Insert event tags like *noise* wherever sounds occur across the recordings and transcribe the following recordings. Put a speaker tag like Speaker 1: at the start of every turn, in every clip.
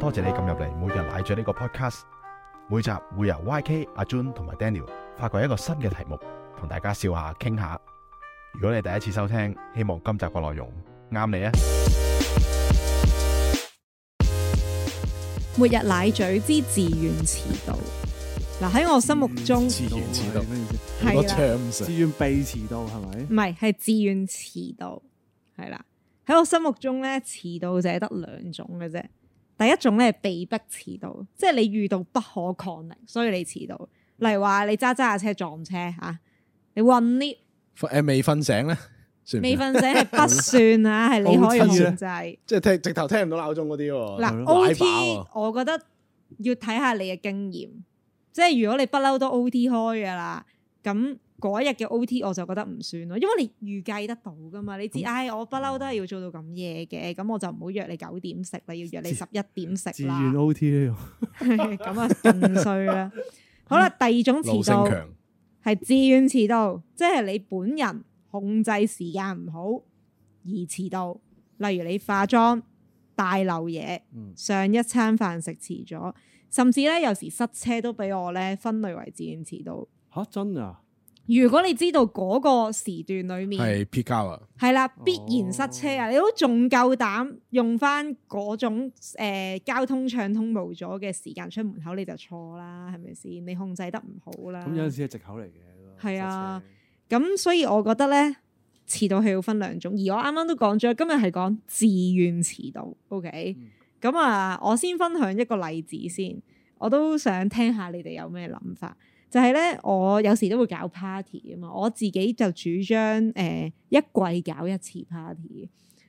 Speaker 1: 多謝你撳入嚟，每日奶嘴呢個 podcast，每集會由 YK 阿 Jun 同埋 Daniel 發掘一個新嘅題目，同大家笑下傾下。如果你第一次收聽，希望今集嘅內容啱你啊！
Speaker 2: 末日奶嘴之自願遲到。嗱喺我心目中
Speaker 3: 自願嗯遲到啊
Speaker 4: 係咩意思？
Speaker 2: 係
Speaker 3: 我
Speaker 2: 啦
Speaker 3: 唱唔成
Speaker 4: 自願被遲到係咪？
Speaker 2: 唔係係自願遲到，係啦。喺我心目中咧，遲到就係得兩種嘅啫。第一種咧係被逼遲到，即係你遇到不可抗力，所以你遲到。例如話你揸揸下車撞車嚇、你暈 lift
Speaker 3: 誒未瞓醒咧，算唔
Speaker 2: 未
Speaker 3: 算？
Speaker 2: 瞓醒係不算啊，係你可以控制。
Speaker 3: 即係聽直頭聽唔到鬧鐘嗰啲喎。
Speaker 2: 嗱
Speaker 4: 係咯
Speaker 2: O
Speaker 3: 奶
Speaker 2: T，
Speaker 3: 把喎
Speaker 2: 我覺得要睇下你嘅經驗，即係如果你不嬲都 O T 開噶啦，咁嗰日嘅 O T 我就覺得唔算咯，因為你預計得到噶嘛，你知，唉、我不嬲都係要做到咁夜嘅，咁我就唔好約你九點食啦，要約你十一點
Speaker 4: 自
Speaker 2: 食
Speaker 4: 願
Speaker 2: 啦，
Speaker 4: O T 呢
Speaker 2: *laughs* 咁啊更衰啦。好啦，第二種
Speaker 3: 盧
Speaker 2: 遲
Speaker 3: 勝
Speaker 2: 到
Speaker 3: 強
Speaker 2: 係自願遲到，即係你本人控制時間唔好而遲到，例如你化妝大漏嘢。
Speaker 4: 嗯
Speaker 2: 上一餐飯食遲咗，甚至咧有時塞車都俾我咧分類為自願遲到。
Speaker 4: 個嚇真啊！
Speaker 2: 如果你知道嗰個時段裡面
Speaker 3: 係 P 交啊，
Speaker 2: 係
Speaker 4: 哦
Speaker 2: 啦，必然塞車啊，你都仲夠膽用翻嗰種、呃、交通暢通無阻嘅時間出門口，你就錯啦，係咪先？你控制得唔好啦。
Speaker 4: 咁有陣時係藉口嚟嘅。
Speaker 2: 啊係啊咁所以我覺得咧，遲到係要分兩種，而我啱啱都講咗，今日係講自願遲到。OK，
Speaker 4: 嗯
Speaker 2: 咁啊、我先分享一個例子先，我都想聽下你哋有咩諗法。就係咧，我有時都會搞 party 啊嘛，我自己就主張誒、呃一季搞一次 party，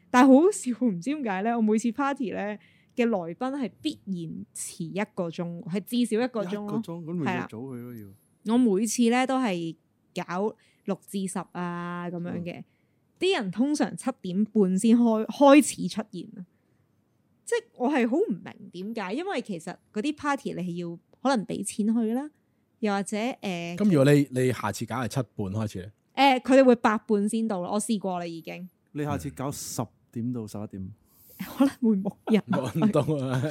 Speaker 2: 但係好笑，唔知點解咧，我每次 party 咧嘅來賓係必然遲一個鐘，係至少一個
Speaker 4: 個
Speaker 2: 鐘
Speaker 4: 鐘個
Speaker 2: 咯。
Speaker 4: 鐘
Speaker 2: 係
Speaker 4: 咁
Speaker 2: 啊
Speaker 4: 咪
Speaker 2: 啦
Speaker 4: 約早佢咯要。
Speaker 2: 我每次咧都係搞六至十啊咁樣嘅，啲、人通常七點半先開開始出現啊，即係我係好唔明點解，因為其實嗰啲 party 你係要可能俾錢去啦，又或者誒誒
Speaker 3: 咁如果你你下次搞係七半開始
Speaker 2: *laughs*
Speaker 3: 咧，
Speaker 2: 佢哋會八半先到啦，我試過啦已經，
Speaker 4: 你下次搞十點到十一點，
Speaker 2: *laughs* 可能會冇人，
Speaker 3: 冇人到啊，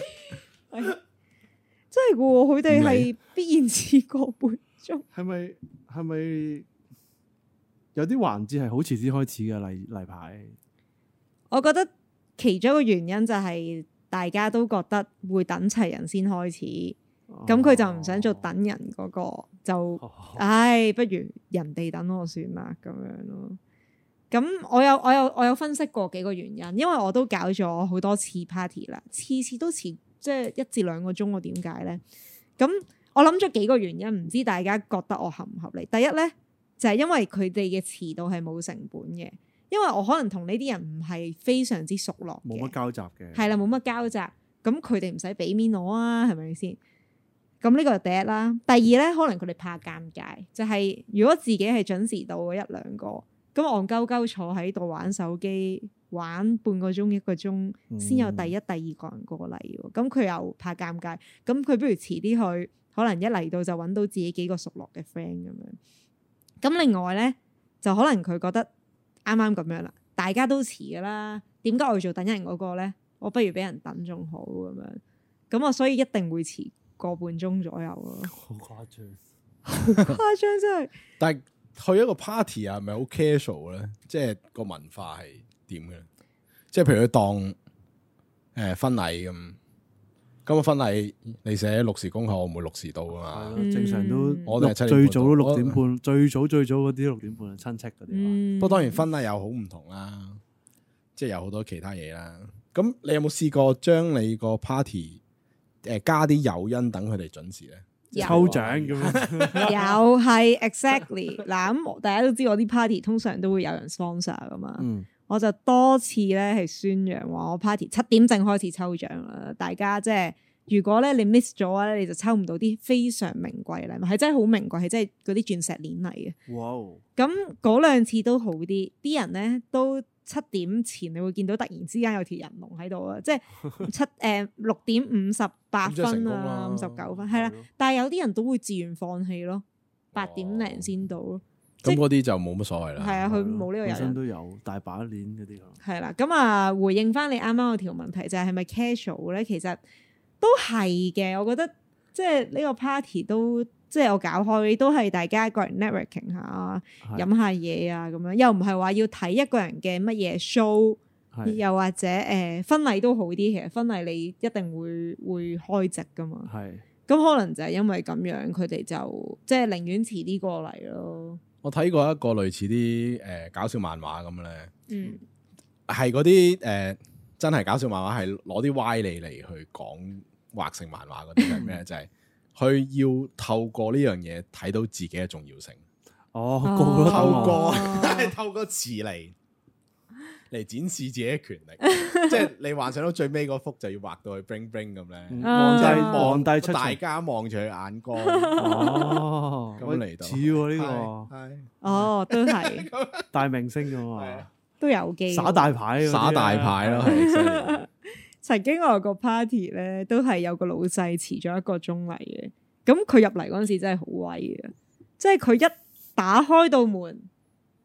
Speaker 2: 真係嘅喎，佢哋
Speaker 3: 唔
Speaker 2: 係必然遲個半鐘，
Speaker 4: 係咪係咪有啲環節係好遲先開始嘅例例牌？
Speaker 2: 我覺得其中一個原因就係大家都覺得會等齊人先開始。咁佢就唔想做等人嗰、個，就
Speaker 4: 哦。
Speaker 2: 唉，不如人哋等我算啦咁樣咯。咁我有我有我有分析過幾個原因，因為我都搞咗好多次 party 啦，次次都遲即係一至兩個鐘，我點解呢？咁我諗咗幾個原因，唔知大家覺得我合唔合理？第一呢，就係、因為佢哋嘅遲到係冇成本嘅，因為我可能同呢啲人唔係非常之熟絡
Speaker 4: 冇
Speaker 2: 嘅
Speaker 4: 乜交集嘅。
Speaker 2: 係啦，冇乜交集，咁佢哋唔使俾面我啊，係咪先？咁呢個就第一啦。第二咧，可能佢哋怕尷尬，就係、如果自己係準時到嘅一兩個，咁戇鳩鳩坐喺度玩手機，玩半個鐘一個鐘，先有第一、第二個人過嚟喎。咁佢又怕尷尬，咁佢不如遲啲去，可能一嚟到就揾到自己幾個熟絡嘅 friend 咁樣。咁另外咧，就可能佢覺得啱啱咁樣啦，大家都遲噶啦，點解我要做等人嗰個咧？我不如俾人等仲好咁樣。咁我所以一定會遲個半鐘左右咯。
Speaker 4: 好誇
Speaker 2: 誇
Speaker 4: 張。
Speaker 2: 張真係〜
Speaker 3: 但係去一個 party 啊，係咪好 casual 咧？即係個文化係點嘅咧？即係譬如佢當誒婚禮咁，咁啊個婚禮你寫六時功課，我唔會六時到噶
Speaker 4: 係
Speaker 3: 嘛
Speaker 4: 咯。
Speaker 2: 嗯
Speaker 4: 正常都
Speaker 3: 我哋係七點半
Speaker 4: 最早都六點
Speaker 3: 我
Speaker 4: 半，最早最早嗰啲六點半係親戚嗰啲啊。
Speaker 2: 嗯
Speaker 3: 不過當然婚禮又好唔同啦，即係有好多其他嘢啦。咁你有冇試過將你個 party 誒、加啲誘因等佢哋準時咧？
Speaker 2: 有
Speaker 4: 抽獎咁樣，
Speaker 2: 有係 exactly 嗱咁，大家都知我啲 party 通常都會有人 sponsor 噶嘛，
Speaker 4: 嗯，
Speaker 2: 我就多次咧係宣揚話我 party 七點正開始抽獎啦，大家即係如果咧你 miss 咗咧，你就抽唔到啲非常名貴禮物，係真係好名貴，係真係嗰啲鑽石鏈嚟嘅。 *laughs*
Speaker 4: 哇！
Speaker 2: 咁嗰兩次都好啲，啲人咧都七點前你會見到突然之間有條人龍喺度啊，即係
Speaker 3: *laughs*
Speaker 2: 七誒六點五十八
Speaker 3: 咁即係成
Speaker 2: 分
Speaker 3: 功
Speaker 2: 啊，
Speaker 3: 啦嗯
Speaker 2: 五十九分係啦。但係有啲人都會自願放棄咯，八點零先到咯，即
Speaker 3: 咁
Speaker 2: 係
Speaker 3: 嗰啲就冇乜所謂哦啦。
Speaker 2: 係啊，佢冇呢個
Speaker 4: 本身
Speaker 2: 人。
Speaker 4: 都有大把鏈嗰啲咯。
Speaker 2: 係啦，咁啊，回應翻你啱啱嗰條問題就係係咪 casual 咧？其實都係嘅，我覺得即係呢個 party 都即係我搞開都係大家個人 networking 下，啊
Speaker 4: 係
Speaker 2: 飲下嘢啊咁樣，又唔係話要睇一個人嘅乜嘢 show，
Speaker 4: 係
Speaker 2: 又或者誒、呃婚禮都好啲，其實婚禮你一定會會開席噶嘛，
Speaker 4: 係
Speaker 2: 咁可能就係因為咁樣，佢哋就即係寧願遲啲過嚟咯。
Speaker 3: 我睇過一個類似啲诶搞笑漫畫咁咧，
Speaker 2: 嗯，
Speaker 3: 係嗰啲诶真係搞笑漫畫，係攞啲歪理嚟去講畫成漫畫嗰啲
Speaker 2: *laughs*
Speaker 3: 係咩？就係佢要透過呢樣嘢睇到自己嘅重要性，
Speaker 4: 哦，個個
Speaker 3: 透
Speaker 4: 都
Speaker 2: 哦
Speaker 4: 過
Speaker 3: 過
Speaker 4: 啊
Speaker 3: 透過詞嚟嚟展示自己嘅權力， *laughs* 即係你幻想到最尾嗰幅就要畫到去 bling bling 咁咧。
Speaker 4: 皇
Speaker 3: 即係
Speaker 4: 帝
Speaker 2: 啊
Speaker 4: 皇帝出
Speaker 3: 大
Speaker 4: 場。
Speaker 3: 家望住佢眼光，
Speaker 4: 哦，
Speaker 3: 咁
Speaker 4: 喂
Speaker 3: 嚟到
Speaker 4: 似喎呢
Speaker 2: 哦，都係
Speaker 4: 個大明星㗎
Speaker 3: 係
Speaker 4: 嘛
Speaker 3: 啊，
Speaker 2: 都有機。
Speaker 4: 耍大牌嗰啲啊，
Speaker 3: 耍大牌咯，係
Speaker 2: 曾經我有個 party 咧，都係有個老細遲咗一個鐘嚟嘅。咁佢入嚟嗰陣時真係好威嘅，即係佢一打開到門，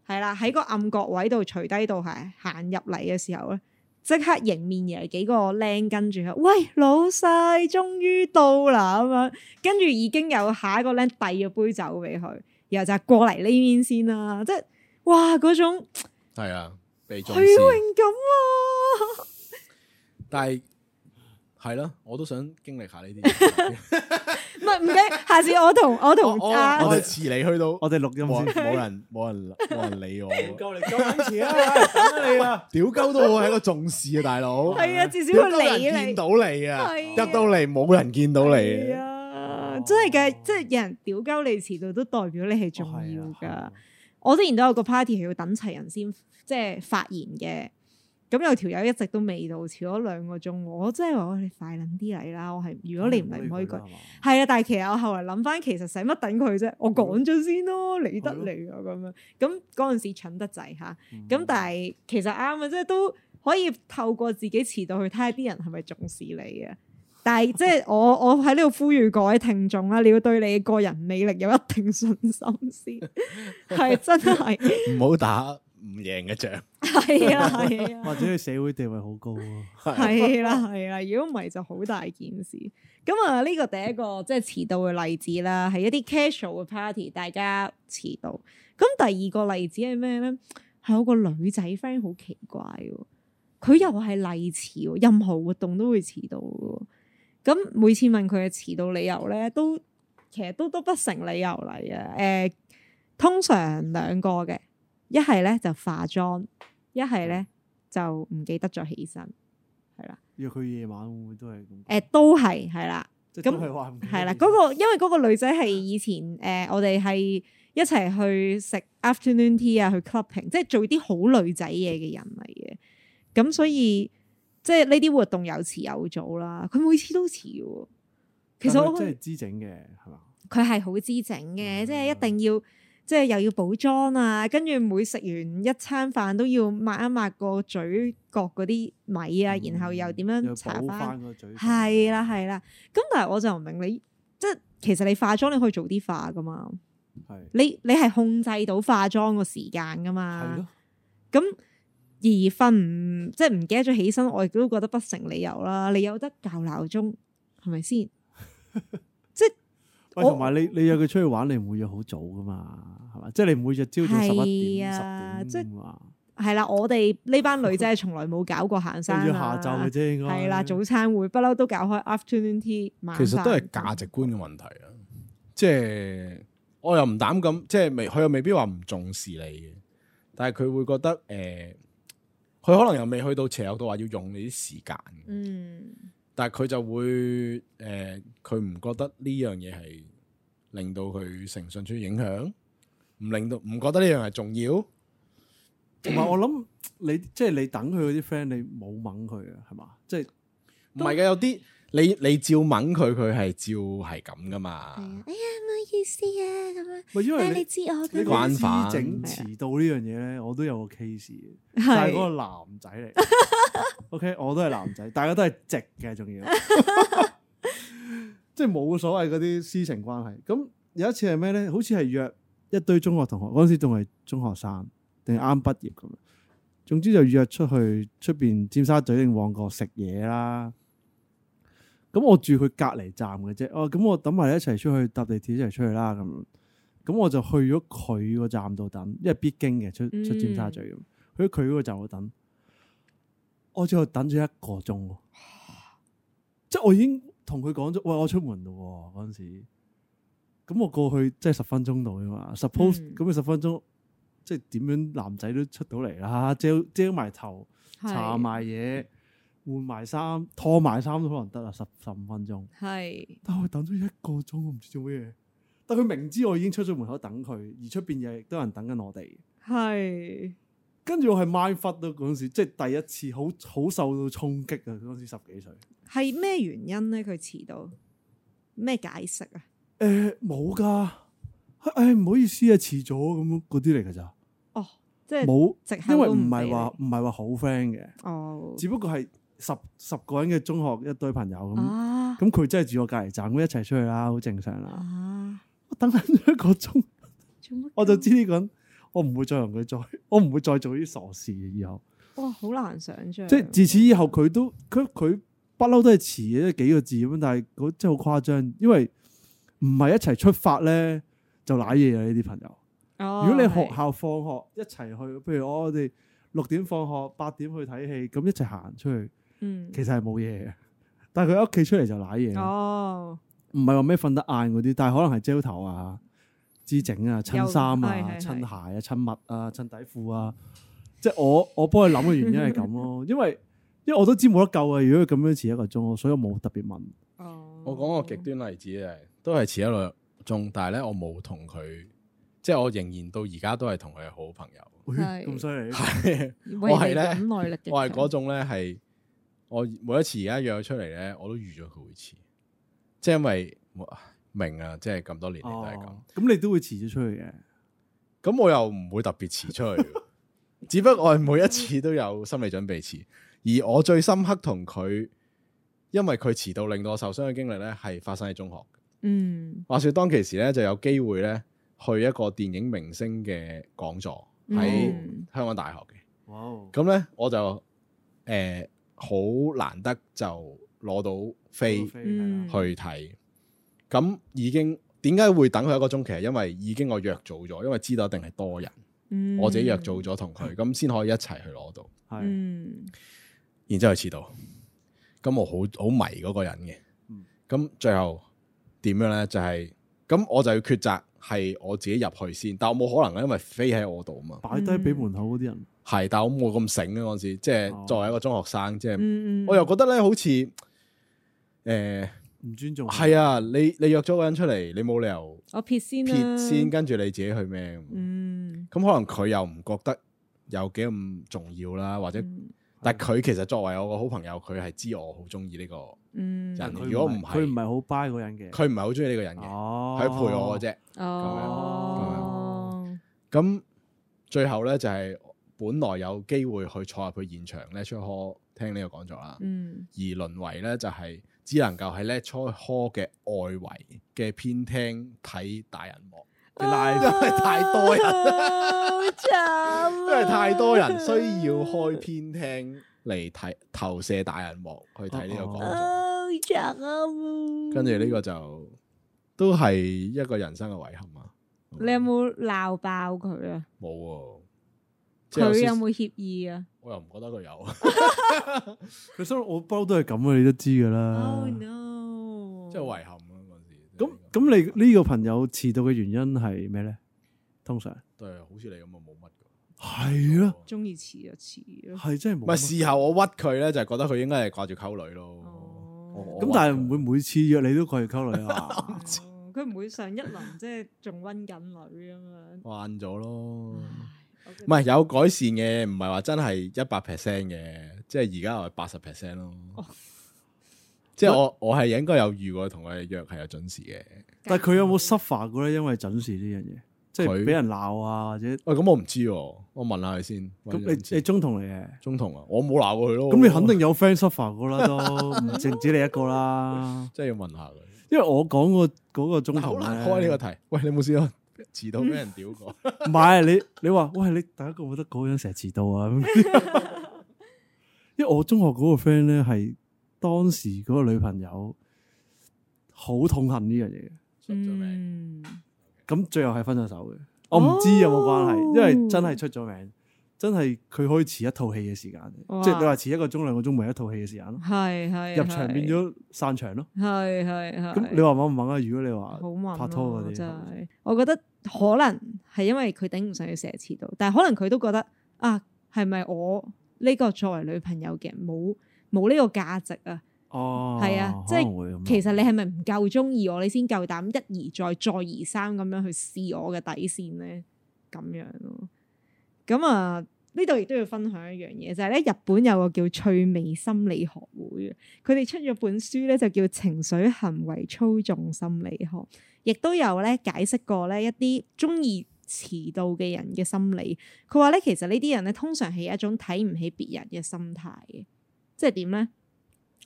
Speaker 2: 係啦，喺個暗角位度除低度係行入嚟嘅時候咧，即刻迎面而嚟幾個僆跟住佢，喂老細，終於到啦咁樣，跟住已經有下一個僆遞咗杯酒俾佢，然後就係過嚟呢邊先啦，即係哇嗰種
Speaker 3: 係啊，被
Speaker 2: 虛
Speaker 3: 重視，
Speaker 2: 榮感啊！
Speaker 3: 但係係咯，我都想經歷下呢啲嘢。
Speaker 2: 唔係唔緊，下次我同我 *laughs*
Speaker 3: 我
Speaker 2: 同
Speaker 3: 我
Speaker 2: 阿
Speaker 3: 我哋遲嚟去到，
Speaker 4: 我哋錄音
Speaker 3: 冇人
Speaker 4: 先。
Speaker 3: 冇人冇人冇人理
Speaker 4: *laughs*
Speaker 3: 我，
Speaker 4: 夠嚟夠緊遲啊！等緊你啊！
Speaker 3: 屌鳩到我係一個重視啊，大佬。
Speaker 2: 係啊，至少
Speaker 3: 屌
Speaker 2: 佢
Speaker 3: 鳩人
Speaker 2: 理
Speaker 3: 見
Speaker 2: 你。
Speaker 3: 到你啊，
Speaker 2: 係
Speaker 3: 入
Speaker 2: 啊
Speaker 3: 到嚟冇人見到你
Speaker 2: 係
Speaker 3: 啊，
Speaker 2: 啊，真係嘅，即係有人屌鳩你遲到都代表你係重
Speaker 4: 哦
Speaker 2: 要
Speaker 4: 係啊
Speaker 2: 㗎。我之前都有個 party 係要等齊人先即係發言嘅，咁有條友一直都未到，遲咗兩個鐘，我真係話我哋快撚啲嚟啦！我係如果你唔嚟唔可以
Speaker 4: 講
Speaker 2: 講。。係啊，但係其實我後來諗翻，其實使乜等佢啫？我講咗先咯，理得你啊咁樣。咁嗰陣時蠢得滯嚇，咁、但係其實啱啊嘅，即係都可以透過自己遲到去睇下啲人係咪重視你啊。但係即係我 *laughs* 我喺呢度呼籲各位聽眾啊啦，你要對你嘅個人魅力有一定信心先，係真係
Speaker 3: 唔好打唔贏嘅仗。
Speaker 2: 係啊係啊。
Speaker 4: 或者佢社會地位好高啊！
Speaker 2: 係啦係啦，如果唔係就好大件事。咁啊，呢個第一個即係遲到嘅例子啦，係一啲 casual 嘅 party，大家遲到。咁第二個例子係咩咧？係我個女仔 friend 好奇怪喎，佢又係例遲喎，任何活動都會遲到嘅喎。咁每次問佢嘅遲到理由咧，都其實都都不成理由嚟嘅。誒、通常兩個嘅，一係咧就化妝，一係咧就唔記得咗起身，係啦。
Speaker 4: 約佢夜晚會唔會都係咁
Speaker 2: 誒、？呃都係係啦，
Speaker 4: 即
Speaker 2: 咁
Speaker 4: 係都係話唔記得
Speaker 2: 係啦。
Speaker 4: 嘢
Speaker 2: 嗰、個因為嗰個女仔係以前誒、我哋係一齊去食 afternoon tea 啊，去 clubbing，即係做啲好女仔嘢嘅人嚟嘅。咁所以即係呢啲活動有遲有早啦。佢每次都遲嘅喎。其實
Speaker 4: 但佢
Speaker 2: 我
Speaker 4: 真係知整嘅係嘛？
Speaker 2: 佢係好知整嘅，
Speaker 4: 嗯
Speaker 2: 即係一定要即係又要補妝啊，跟住每食完一餐飯都要抹一抹個嘴角嗰啲米
Speaker 4: 嗯
Speaker 2: 啊，然後又點樣搽翻。
Speaker 4: 翻個嘴？
Speaker 2: 係啦，係啦，咁但係我就唔明你，即係其實你化妝你可以早啲化噶嘛，
Speaker 4: 係
Speaker 2: 你你係控制到化妝個時間噶
Speaker 4: 係
Speaker 2: 嘛
Speaker 4: 咯，，
Speaker 2: 咁而瞓唔即係唔記得咗起身，我亦都覺得不成理由啦。你有得校鬧鐘係咪先？
Speaker 4: 喂，
Speaker 2: 我
Speaker 4: 同埋你你約佢出去玩，你唔會約好早噶嘛？係嘛？即係你唔會約朝早十一點、
Speaker 2: 係
Speaker 4: 十
Speaker 2: 啊
Speaker 4: 點
Speaker 2: 即係
Speaker 4: 咁啊？
Speaker 2: 係啦，我哋呢班女仔係從來冇搞過行
Speaker 4: 即
Speaker 2: 山啊
Speaker 4: *laughs* 係約哎下晝嘅啫，應該
Speaker 2: 係啦，早餐會不嬲都搞開 afternoon tea 晚
Speaker 3: 其實都係
Speaker 2: 飯
Speaker 3: 價值觀嘅問題啊！即係我又唔膽咁，即係未佢又未必話唔重視你嘅，但係佢會覺得誒，佢、可能又未去到邪惡到話要用你啲時間，
Speaker 2: 嗯
Speaker 3: 但係佢就會誒，呃佢、唔覺得呢樣嘢係令到佢誠信出影響，唔令到唔覺得呢樣係重要，
Speaker 4: 同埋我諗你即係你等佢嗰啲 friend，你冇掹佢啊，係嘛？即係
Speaker 3: 唔係嘅有啲。你你照掹佢，佢係照係咁噶
Speaker 2: 係啊
Speaker 3: 嘛？，
Speaker 2: 哎呀唔好意思啊咁樣，
Speaker 4: 咪
Speaker 2: 但
Speaker 4: 因為
Speaker 2: 係你
Speaker 4: 你
Speaker 2: 知我
Speaker 4: 你
Speaker 2: 㗎
Speaker 3: 慣
Speaker 4: 講
Speaker 2: 啦
Speaker 3: 犯
Speaker 4: 知整遲到呢樣嘢咧，我都有個 case 嘅。就係嗰個男仔嚟。OK，我都係男仔，大家都係直嘅，仲要，即係冇所謂嗰啲私情關係。咁有一次係咩咧？好似係約一堆中學同學，嗰陣時仲係中學生，定係啱畢業咁樣。總之就約出去出邊尖沙咀定旺角食嘢啦。咁我住佢隔離站嘅啫。哦，咁我等埋你一齊出去搭地鐵一齊出去啦。咁樣，咁我就去咗佢個站度等，因為必經嘅出出尖沙咀咁，去咗佢嗰個站度等。我最後等咗一個鐘喎，即係我已經同佢講咗，喂，我出門咯喎嗰陣時。咁我過去即係十分鐘度啫嘛，suppose
Speaker 2: 嗯
Speaker 4: 咁佢十分鐘，即係點樣男仔都出到嚟啦，遮遮埋頭。搽埋嘢，換埋衫，拖埋衫都可能得啊，十十五分鐘。
Speaker 2: 系
Speaker 4: 但我等咗一個鐘，我唔知做乜嘢。但佢明知我已經出咗門口等佢，而出邊又亦都有人等緊我哋。
Speaker 2: 系
Speaker 4: 跟住我係 mind fuck 到嗰陣時，即係第一次好好受到衝擊啊！嗰陣時十幾歲，誒、
Speaker 2: 系咩原因咧？佢遲到咩解釋啊？
Speaker 4: 冇㗎，誒、唉唔好意思啊，遲咗咁樣嗰啲嚟㗎咋，
Speaker 2: 哦，即係
Speaker 4: 冇
Speaker 2: 藉，口
Speaker 4: 因為
Speaker 2: 都
Speaker 4: 唔
Speaker 2: 唔俾
Speaker 4: 係話唔係話好 friend 嘅，
Speaker 2: 哦
Speaker 4: 只不過係十十個人嘅中學一堆朋友咁，咁
Speaker 2: 啊
Speaker 4: 佢、真係住我隔離站，咁一齊出去啦，好正常啦。
Speaker 2: 啊，
Speaker 4: 我等緊咗一個鐘， *laughs*
Speaker 2: 做乜咁？
Speaker 4: 我就知呢個人，我唔會再同佢再，我唔會再做 *laughs* 啲傻事嘅以後。
Speaker 2: 哇，好難想象。
Speaker 4: 即係自此以後，佢都佢佢不嬲都係遲嘅幾個字咁樣，但係嗰真係好誇張，因為唔係一齊出發咧就賴嘢啊！呢啲朋友，
Speaker 2: 哦
Speaker 4: 如果你學校放學一齊去，譬如我哋六點放學，八點去睇戲，咁一齊行出去，
Speaker 2: 係嗯
Speaker 4: 其實係冇嘢嘅。但係佢喺屋企出嚟就賴嘢咯。
Speaker 2: 哦
Speaker 4: 唔係話咩瞓得晏嗰啲，但係可能係焦頭啊、支整啊、
Speaker 2: 又
Speaker 4: 襯衫
Speaker 2: 係
Speaker 4: 啊
Speaker 2: 係、係
Speaker 4: 襯鞋啊、襯襪啊、襯底褲啊，即係我我幫佢諗嘅原因係咁 *laughs* 咯，因為因為我都知冇得救啊，如果佢咁樣遲一個鐘，所以我冇特別問。
Speaker 2: 哦，
Speaker 3: 我講個極端例子就係，都係遲一兩鐘，但係咧我冇同佢，即係我仍然到而家都係同佢係好朋友。
Speaker 4: 喂
Speaker 2: 係
Speaker 4: 咁犀利，
Speaker 3: 係
Speaker 2: *laughs* 喂，
Speaker 3: 我係
Speaker 2: 你
Speaker 3: 咧
Speaker 2: 忍耐力，極
Speaker 3: 我係
Speaker 2: 強
Speaker 3: 嗰種咧係，我每一次而家約佢出嚟咧，我都預咗佢會遲，即係因為我明啊，即係咁多年嚟都係咁。
Speaker 4: 哦，咁你都會遲咗出去嘅。
Speaker 3: 咁我又唔會特別遲
Speaker 2: *laughs*
Speaker 3: 出去，只不過我係每一次都有心理準備遲。而我最深刻同佢，因為佢遲到令到我受傷嘅經歷咧，係發生喺中學。
Speaker 2: 嗯
Speaker 3: 話說當其時咧，就有機會咧去一個電影明星嘅講座喺
Speaker 2: 嗯
Speaker 3: 香港大學嘅。
Speaker 4: 哇！
Speaker 3: 咁咧我就誒好、難得就攞到飛去
Speaker 2: 嗯
Speaker 3: 睇。咁已經點解會等佢一個鐘？其實因為已經我約早咗，因為知道一定係多人。
Speaker 2: 嗯，
Speaker 3: 我自己約早咗同佢，咁先可以一齊去攞到。
Speaker 4: 係
Speaker 2: 嗯
Speaker 3: 然之後佢遲到，咁我好好迷嗰個人嘅
Speaker 4: 嗯。
Speaker 3: 咁最後點樣呢？就係、咁，我就要抉擇係我自己入去先，但我冇可能因為飛喺我度啊
Speaker 2: 嗯
Speaker 3: 嘛。
Speaker 4: 擺低俾門口嗰啲人，
Speaker 3: 係，但我冇咁醒嘅嗰陣時，即
Speaker 4: 哦
Speaker 3: 係作為一個中學生，即係、
Speaker 2: 嗯，
Speaker 3: 我又覺得呢好似誒
Speaker 4: 唔尊重。
Speaker 3: 係啊，你你約咗個人出嚟，你冇理由
Speaker 2: 我撇先啦
Speaker 3: 撇先，，跟住你自己去咩咁。
Speaker 2: 嗯
Speaker 3: 咁可能佢又唔覺得有幾咁重要啦，或者
Speaker 2: 嗯
Speaker 3: 但佢其實作為我個好朋友，佢係知我好中意呢個，
Speaker 2: 嗯
Speaker 3: 人
Speaker 4: 佢係，
Speaker 3: 如果唔係
Speaker 4: 佢唔係好 buy 嗰人嘅。
Speaker 3: 佢唔係好中意呢個人嘅，
Speaker 4: 哦，
Speaker 3: 佢陪我嘅啫。
Speaker 2: 哦，
Speaker 3: 咁最後呢，就係、本來有機會去坐入去現場 lecture hall 聽呢個講座啦，
Speaker 2: 嗯
Speaker 3: 而淪為呢，就係、只能夠喺 lecture hall 嘅外圍嘅偏廳睇大人幕，
Speaker 2: 啊
Speaker 4: 你拉
Speaker 3: 因為太多人，
Speaker 2: 好慘，
Speaker 3: 因為太多人需要開偏廳嚟睇投射大人幕去睇呢個講座。
Speaker 2: 好慘啊！
Speaker 3: 跟住呢個就都係一個人生嘅遺憾啊！
Speaker 2: 你有冇鬧爆佢啊？
Speaker 3: 冇喎？即係
Speaker 2: 佢有
Speaker 3: 少
Speaker 2: 冇協議啊
Speaker 3: 我又唔覺得佢有。
Speaker 4: 佢心諗我不嬲都係咁啊，你都知㗎啦。
Speaker 2: ？Oh no！
Speaker 3: 即係遺憾咯嗰陣時。
Speaker 4: 咁咁，你呢個朋友遲到嘅原因係咩咧？通常
Speaker 3: 對，好似你咁啊，冇乜㗎。
Speaker 4: 係咯，
Speaker 2: 中意遲就遲咯。
Speaker 4: 係真係
Speaker 3: 啊唔
Speaker 4: 冇
Speaker 3: 係
Speaker 4: 乜。
Speaker 3: 事後我屈佢咧，就係覺得佢應該係掛住溝女咯。
Speaker 2: 哦
Speaker 3: 我我屈
Speaker 4: 咁，但係
Speaker 3: 佢
Speaker 4: 唔會每次約你都過去溝
Speaker 3: *laughs*
Speaker 4: 女啊？
Speaker 2: 哦佢唔會上一輪即係仲温緊女咁樣。
Speaker 3: 慣咗咯。
Speaker 2: 唉我覺得
Speaker 3: 唔係有改善嘅，唔係話真係一百 percent 嘅，即係而家我係八十 percent 咯。即係我我係應該有遇過同佢約係有準時嘅。
Speaker 4: 但係佢有冇 suffer 過咧？因為準時呢樣嘢，即係
Speaker 3: 佢
Speaker 4: 俾人鬧啊，或者
Speaker 3: 喂，咁我唔知喎，我問下佢先。
Speaker 4: 咁
Speaker 3: 咁
Speaker 4: 你你中同嚟嘅，
Speaker 3: 中同啊，我冇鬧過佢咯。
Speaker 4: 咁你肯定有 friend suffer 過啦，都唔淨止你一個
Speaker 3: *laughs*
Speaker 4: 啦。
Speaker 3: 即係要問下佢。
Speaker 4: 因為我講個嗰個中
Speaker 3: 但好
Speaker 4: 同咧，
Speaker 3: 難開呢個題。喂，你有冇試過遲到俾人屌 *laughs* 過？
Speaker 4: 唔係你你話喂你第一個覺得嗰個人成日遲到啊？因為我中學嗰個 friend 咧係當時嗰個女朋友好痛恨呢樣嘢嘅。
Speaker 2: Ừ.
Speaker 3: 信咗命，
Speaker 2: 嗯
Speaker 4: 咁最後係分咗手嘅。我唔知有冇關
Speaker 2: 哦
Speaker 4: 係，因為真係出咗名，真係佢可以遲一套戲嘅時間
Speaker 2: 哇，
Speaker 4: 即係你話遲一個鐘兩個鐘咪一套戲嘅時間咯。
Speaker 2: 係係
Speaker 4: 入場變咗散場咯。
Speaker 2: 係係係。
Speaker 4: 咁你話猛唔猛啊？如果你話
Speaker 2: 好問
Speaker 4: 拍拖嗰
Speaker 2: 咯
Speaker 4: 啲
Speaker 2: 真係，我覺得可能係因為佢頂唔順要射遲到，但係可能佢都覺得啊，係咪我呢個作為女朋友嘅人冇冇呢個價值啊？
Speaker 4: 哦，
Speaker 2: 係啊即係
Speaker 4: 可能會咁諗
Speaker 2: 其實你係咪唔夠中意我，你先夠膽一而再、再而三咁樣去試我嘅底線咧？咁樣咯。咁啊，呢度亦都要分享一樣嘢，就係、咧日本有個叫趣味心理學會嘅，佢哋出咗本書咧就叫《情緒行為操縱心理學》，亦都有咧解釋過咧一啲中意遲到嘅人嘅心理。佢話咧，其實呢啲人咧通常係一種睇唔起別人嘅心態嘅，即係點咧？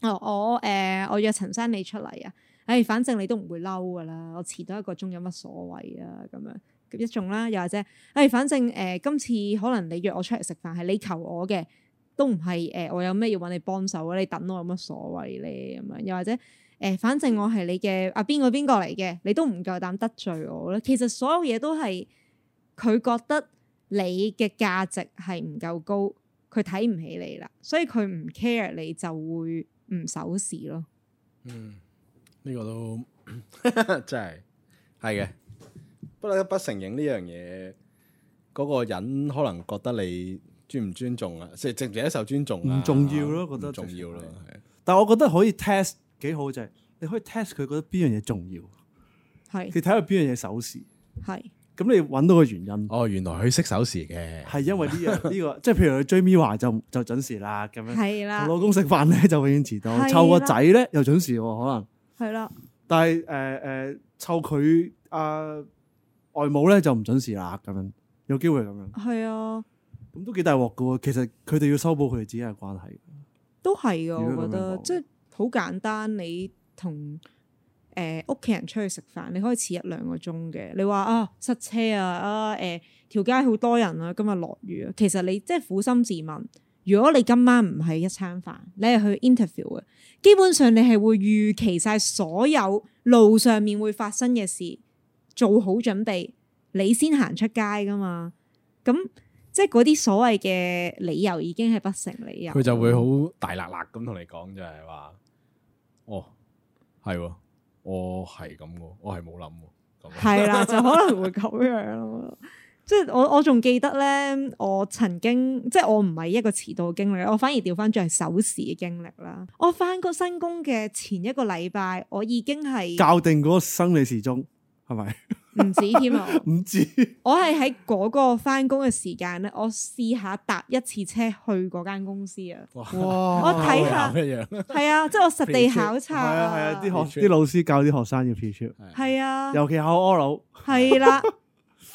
Speaker 2: 哦，我誒、呃我約陳生你出嚟啊！唉、反正你都唔會嬲噶啦，我遲到一個鐘有乜所謂啊？咁樣咁一種啦，又或者唉、反正誒、呃今次可能你約我出嚟食飯係你求我嘅，都唔係誒我有咩要揾你幫手啊？你等我有乜所謂咧？咁樣又或者誒、呃反正我係你嘅啊邊個邊個嚟嘅，你都唔夠膽得罪我啦。其實所有嘢都係佢覺得你嘅價值係唔夠高。佢睇唔起你啦，所以佢唔 care 你就會唔守時咯。
Speaker 3: 嗯，呢個都 *laughs* 真係係嘅。不得不承認呢樣嘢，嗰個人可能覺得你尊唔尊重啊，即係值唔值得受尊重啊
Speaker 4: 唔重要咯覺得
Speaker 3: 唔重要咯
Speaker 4: 直，
Speaker 3: 係啊
Speaker 4: 但我覺得可以 test 幾好就係你可以 test 佢覺得邊樣嘢重要，
Speaker 2: 係
Speaker 4: 你睇下邊樣嘢首時，
Speaker 2: 係
Speaker 4: 咁你揾到個原因。
Speaker 3: 哦，原來佢識守時嘅，
Speaker 2: 啊
Speaker 4: 係啊因為呢
Speaker 2: *laughs*
Speaker 4: 樣呢個，即係譬如佢追 Mia 就就準時啦，咁樣
Speaker 2: 係啦
Speaker 4: 同，老公食飯咧就永遠遲到
Speaker 2: 係，啦
Speaker 4: 湊個仔咧又準時喎，可能，
Speaker 2: 係啦，
Speaker 4: 但係誒誒湊佢啊外母咧就唔準時啦，咁樣有機會咁樣，
Speaker 2: 係啊，
Speaker 4: 咁都幾大鑊㗎喎。其實佢哋要修補佢哋自己嘅關係，
Speaker 2: 嗯都係噶。
Speaker 4: 如
Speaker 2: 我覺
Speaker 4: 果咁樣
Speaker 2: 得
Speaker 4: 講
Speaker 2: 即係好簡單，你同誒屋企人出去食飯，你可以遲一兩個鐘嘅。你話啊塞車啊啊誒條街好多人啊，今日落雨啊。其實你即係苦心自問，如果你今晚唔係一餐飯，你係去 interview 嘅，基本上你係會預期晒所有路上面會發生嘅事，做好準備，你先行出街噶嘛。咁即係嗰啲所謂嘅理由已經係不成理由。
Speaker 3: 佢就會好大辣辣咁同你講，就係話，哦，係喎，我係咁嘅，我係冇諗喎，咁樣
Speaker 2: 係
Speaker 4: *laughs*
Speaker 2: 啦，就可能會咁樣咯。即係我我仲記得咧，我曾經即係我唔係一個遲到嘅經歷，我反而調翻轉係守時嘅經歷啦。我翻個新工嘅前一個禮拜，我已經係
Speaker 4: 教定嗰個生理時鐘係咪？ *laughs*
Speaker 2: 唔止添啊！
Speaker 4: 唔知
Speaker 2: 我係喺嗰個翻工嘅時間咧，我試下搭一次車去嗰間公司
Speaker 4: *laughs*
Speaker 2: 啊。
Speaker 3: 哇，
Speaker 4: 哇
Speaker 2: 我睇下
Speaker 3: 一哦樣，
Speaker 2: 係啊，即係我實地考察
Speaker 4: 係啊係啊，啲
Speaker 3: Pre-trip
Speaker 4: 學啲老師教啲學生要 p t
Speaker 2: 係啊，
Speaker 4: 尤其考 oral，
Speaker 2: 係啦，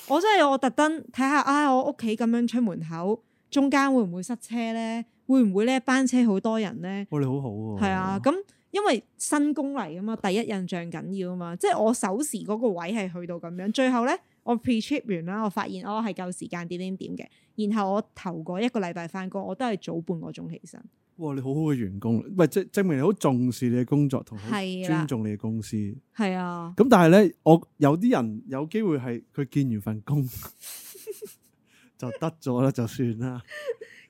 Speaker 2: 我真係我特登睇下，唉、我屋企咁樣出門口，中間會唔會塞車咧？會唔會咧班車好多人咧？
Speaker 4: 我哋好好喎。
Speaker 2: 係啊，咁因為新工嚟啊嘛，第一印象緊要啊嘛，即係我守時嗰個位係去到咁樣，最後咧我 pre trip 完啦，我發現哦我係夠時間點點點嘅，然後我頭嗰一個禮拜翻工，我都係早半個鐘起身，
Speaker 4: 哇！你好好嘅員工，唔係即證明你好重視你嘅工作同好
Speaker 2: 係啦
Speaker 4: 尊重你嘅公司。咁
Speaker 2: 係啊，
Speaker 4: 但係咧，我有啲人有機會係佢見完份工 *laughs* 就得咗啦，就算啦。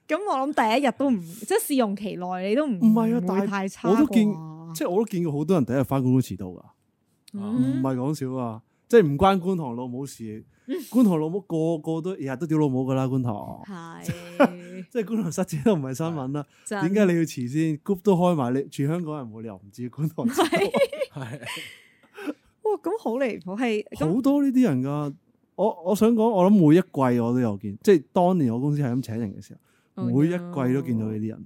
Speaker 2: 咁我諗第一日都唔即係試用期內你都唔
Speaker 4: 唔係啊但
Speaker 2: 會
Speaker 4: 係
Speaker 2: 太差
Speaker 4: 我都見
Speaker 2: 啩
Speaker 4: 即係我都見過好多人第一日翻工都遲到噶，唔
Speaker 2: 嗯
Speaker 4: 係講笑啊！即係唔關觀塘老母事，觀塘老母個個都日日都屌老母噶啦，觀塘。
Speaker 2: 係
Speaker 4: 即係觀塘塞車都唔係新聞啦，
Speaker 2: 真
Speaker 4: 點解你要遲先？group 都開埋，你住香港人冇理由唔知觀 *laughs* 塘遲
Speaker 2: *laughs*
Speaker 4: 到。
Speaker 3: 係
Speaker 2: 哇，哦咁好離譜，係咁
Speaker 4: 好多呢啲人噶。我我想講，我諗每一季我都有見，即係當年我公司係咁請人嘅時候，
Speaker 2: 哦 Oh
Speaker 4: 每一季都見到呢啲人。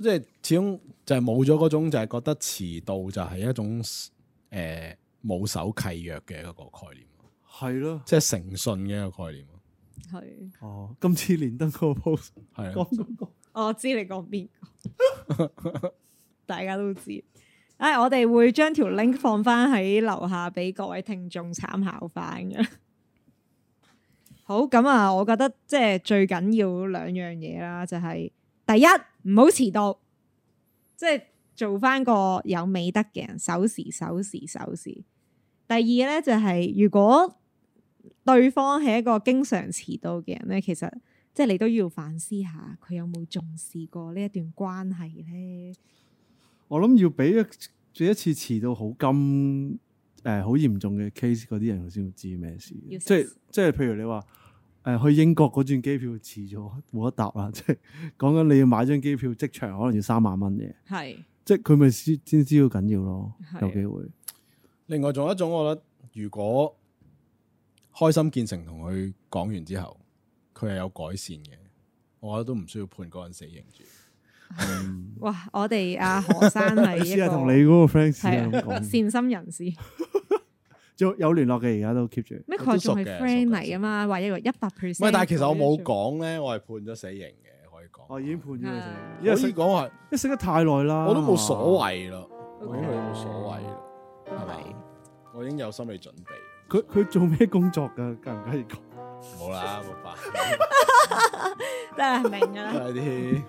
Speaker 3: 即係始終就係冇咗嗰種，就係覺得遲到就係一種誒冇守契約嘅一個概念，
Speaker 4: 係咯，
Speaker 3: 即係誠信嘅一個概念，
Speaker 2: 係，
Speaker 4: 哦，今次連登嗰個 post
Speaker 3: 係
Speaker 4: 講
Speaker 3: 啊
Speaker 4: 嗰個
Speaker 2: 哦我知你講邊個， *laughs* 大家都知。唉、我哋會將條 link 放翻喺樓下俾各位聽眾參考翻嘅。 *laughs* 好，咁啊，我覺得即係最緊要兩樣嘢啦，就係、第一唔好遲到，即係做翻個有美德嘅人，守時、守時、守時。第二咧就係、如果對方係一個經常遲到嘅人咧，其實即係你都要反思下，佢有冇重視過呢一段關係咧？
Speaker 4: 我諗要俾一俾一次遲到好金誒好嚴重嘅 case 嗰啲人先會知咩事，
Speaker 2: 要
Speaker 4: 即
Speaker 2: 食
Speaker 4: 係即係譬如你話誒、去英國嗰轉機票遲咗冇得搭啦， *laughs* 即係講緊你要買張機票即場可能要三萬蚊嘅，
Speaker 2: 係
Speaker 4: 即係佢咪先先知道緊要咯，
Speaker 2: 係
Speaker 4: 有機會
Speaker 3: 另外仲有一種，我覺得如果開心建成同佢講完之後，佢係有改善嘅，我覺得都唔需要判嗰人死刑住。
Speaker 2: 哇！我哋阿何生係一
Speaker 4: 試下同你
Speaker 2: 個
Speaker 4: 嗰個 friend 試下
Speaker 2: 係
Speaker 4: 咁
Speaker 2: 啊善
Speaker 4: 講，
Speaker 2: 心人士。
Speaker 4: 有有聯絡嘅而家都 keep 住。
Speaker 2: 咩
Speaker 3: 都
Speaker 2: 佢
Speaker 3: 熟
Speaker 2: 仲
Speaker 3: 嘅
Speaker 2: 係
Speaker 3: 熟
Speaker 2: friend
Speaker 3: 嘅
Speaker 2: 嚟啊嘛，話一個一百 percent。
Speaker 3: 唔係，但係其實我冇。講咧，我係判咗死刑嘅，可以講。
Speaker 4: 哦我已經判咗佢死哦
Speaker 2: 啊，
Speaker 4: 因為
Speaker 3: 可以
Speaker 4: 識
Speaker 3: 講係，
Speaker 4: 因為識得太耐啦，
Speaker 3: 我都冇所。謂啦，
Speaker 2: OK
Speaker 3: 我已經冇所謂啦，
Speaker 2: 都
Speaker 3: 係
Speaker 2: 係
Speaker 3: 咪？我已經有心理準備。
Speaker 4: 佢佢做咩工作㗎？介唔介意講？
Speaker 3: 冇啦，冇法，
Speaker 2: 得啦，明㗎啦。
Speaker 3: 係 *laughs* 啲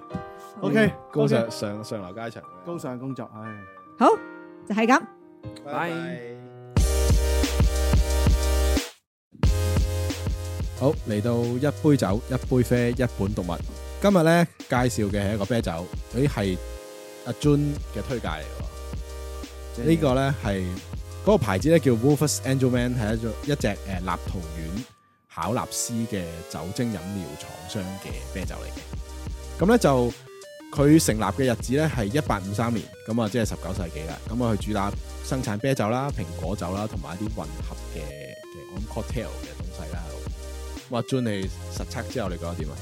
Speaker 4: OK，
Speaker 3: 高
Speaker 4: OK
Speaker 3: 上上上流階層，
Speaker 4: 高尚工作，唉。
Speaker 2: 好，就係咁。
Speaker 3: 拜
Speaker 4: 拜
Speaker 3: 拜。好，嚟到一杯酒、一杯啡、一本讀物。今日咧介紹嘅係一個啤酒，咦係阿 Jun 嘅推介嚟喎。呢個咧係嗰個牌子咧叫 Wolfus Angelman，係一種一隻誒立陶宛考納斯嘅酒精飲料廠商嘅啤酒嚟嘅。咁咧就佢成立嘅日子咧係一八五三年，咁啊即係十九世紀啦。咁啊佢主打生產啤酒啦、蘋果酒啦，同埋一啲混合嘅嘅我諗 cocktail 嘅東西啦。哇！Jun 你實測之後你覺得點啊？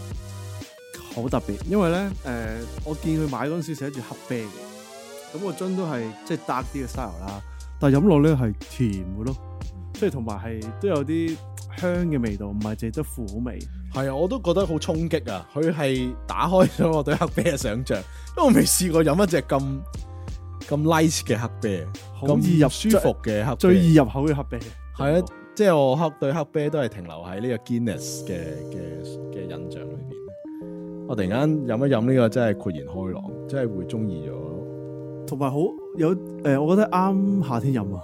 Speaker 4: 好特別，因為咧誒、呃我見佢買嗰陣時寫住黑啤嘅，咁個樽都係即係 dark 啲嘅 style 啦，但係飲落咧係甜嘅咯，即係同埋係都有啲香嘅味道，唔係淨係得苦味。
Speaker 3: 係啊，我都覺得好衝擊啊！佢係打開咗我對黑啤嘅想像，因為我未試過飲一隻咁咁 nice 嘅黑啤，
Speaker 4: 好
Speaker 3: 咁
Speaker 4: 易入
Speaker 3: 舒服嘅黑啤。
Speaker 4: 最易入口嘅黑啤。
Speaker 3: 係啊，即係我黑對黑啤都係停留喺呢個 Guinness 嘅嘅嘅印象裏邊。我突然間飲一飲呢個真係豁然開朗，真係會中意咗。
Speaker 4: 同埋好有誒、呃我覺得啱夏天飲啊，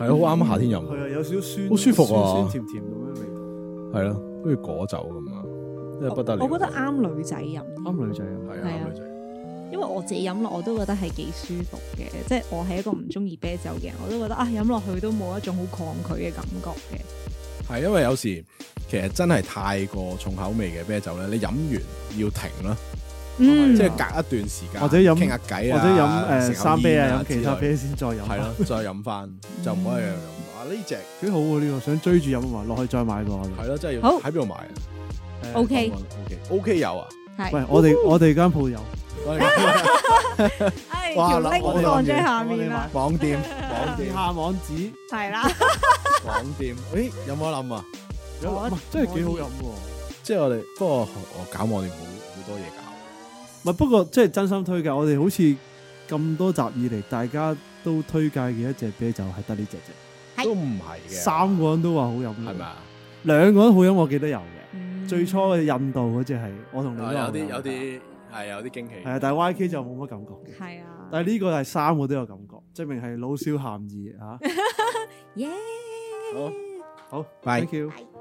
Speaker 3: 係啊好啱夏天飲，
Speaker 4: 係
Speaker 2: 嗯
Speaker 4: 啊，有少少酸，
Speaker 3: 好舒服啊
Speaker 4: 酸酸甜甜咁樣味道，
Speaker 3: 係咯，好似果酒咁啊，真係不得了。
Speaker 2: 我覺得啱女仔飲，
Speaker 4: 啱女仔飲。
Speaker 2: 係
Speaker 3: 係
Speaker 2: 啊
Speaker 3: 啊，啱女仔
Speaker 2: 因為我自己飲落我都覺得係幾舒服嘅，即係我係一個唔中意啤酒嘅人，我都覺得啊飲落去都冇一種好抗拒嘅感覺嘅。
Speaker 3: 係因為有時其實真係太過重口味嘅啤酒咧，你飲完要停啦，
Speaker 2: 嗯，
Speaker 3: 即係隔一段時間，
Speaker 4: 或者飲
Speaker 3: 傾下偈啊，
Speaker 4: 或者飲
Speaker 3: 食
Speaker 4: 誒
Speaker 3: 口
Speaker 4: 三啤
Speaker 3: 煙
Speaker 4: 啊，飲其他
Speaker 3: 之類
Speaker 4: 啤先再飲。
Speaker 3: 係咯，再飲翻就唔可以又飲啊呢只
Speaker 4: 幾好喎呢個，想追住飲啊嘛，落去再買過。
Speaker 3: 係咯，真係要
Speaker 2: 好
Speaker 3: 喺邊度買啊
Speaker 2: OK
Speaker 3: ？OK OK
Speaker 4: *laughs*
Speaker 3: 有啊，
Speaker 4: 嗯喂
Speaker 2: 係，，
Speaker 4: 我哋我哋間鋪有，
Speaker 2: 唉
Speaker 3: 哇
Speaker 2: 條 link
Speaker 3: 我
Speaker 2: 哎
Speaker 3: 哋
Speaker 2: 放
Speaker 4: 望
Speaker 2: 咗
Speaker 4: 住
Speaker 2: 喺下面
Speaker 4: 啊
Speaker 2: 啦，
Speaker 4: *laughs*
Speaker 3: 網店網
Speaker 4: 以
Speaker 3: 店
Speaker 4: 下網址
Speaker 2: 係啦，
Speaker 3: 網店，誒有冇諗啊？
Speaker 4: 有，
Speaker 2: 我
Speaker 4: 唔係真係幾好飲喎。
Speaker 3: 即係我哋不過我搞網店好好多嘢搞，
Speaker 4: 唔係不過即係真心推介，我哋好似咁多集以嚟，大家都推介嘅一隻啤酒係得呢隻啫，
Speaker 2: 係
Speaker 3: 都唔係嘅，
Speaker 4: 三個人都話好飲，
Speaker 3: 係咪？啊？
Speaker 4: 兩個人好飲，我記得有嘅。
Speaker 2: 嗯
Speaker 4: 最初嘅印度嗰只係我同你
Speaker 3: 啊有
Speaker 4: 都話好
Speaker 3: 啲
Speaker 4: 飲
Speaker 3: 有啲係有啲驚喜，
Speaker 4: 係啊，但係 YK 就冇乜感覺嘅。
Speaker 2: 係啊，
Speaker 4: 但係呢個係三個都有感覺，證明係老少咸宜嚇。啊
Speaker 2: 耶，
Speaker 3: 好
Speaker 4: 好
Speaker 3: 拜
Speaker 4: ，thank you。
Speaker 2: 係。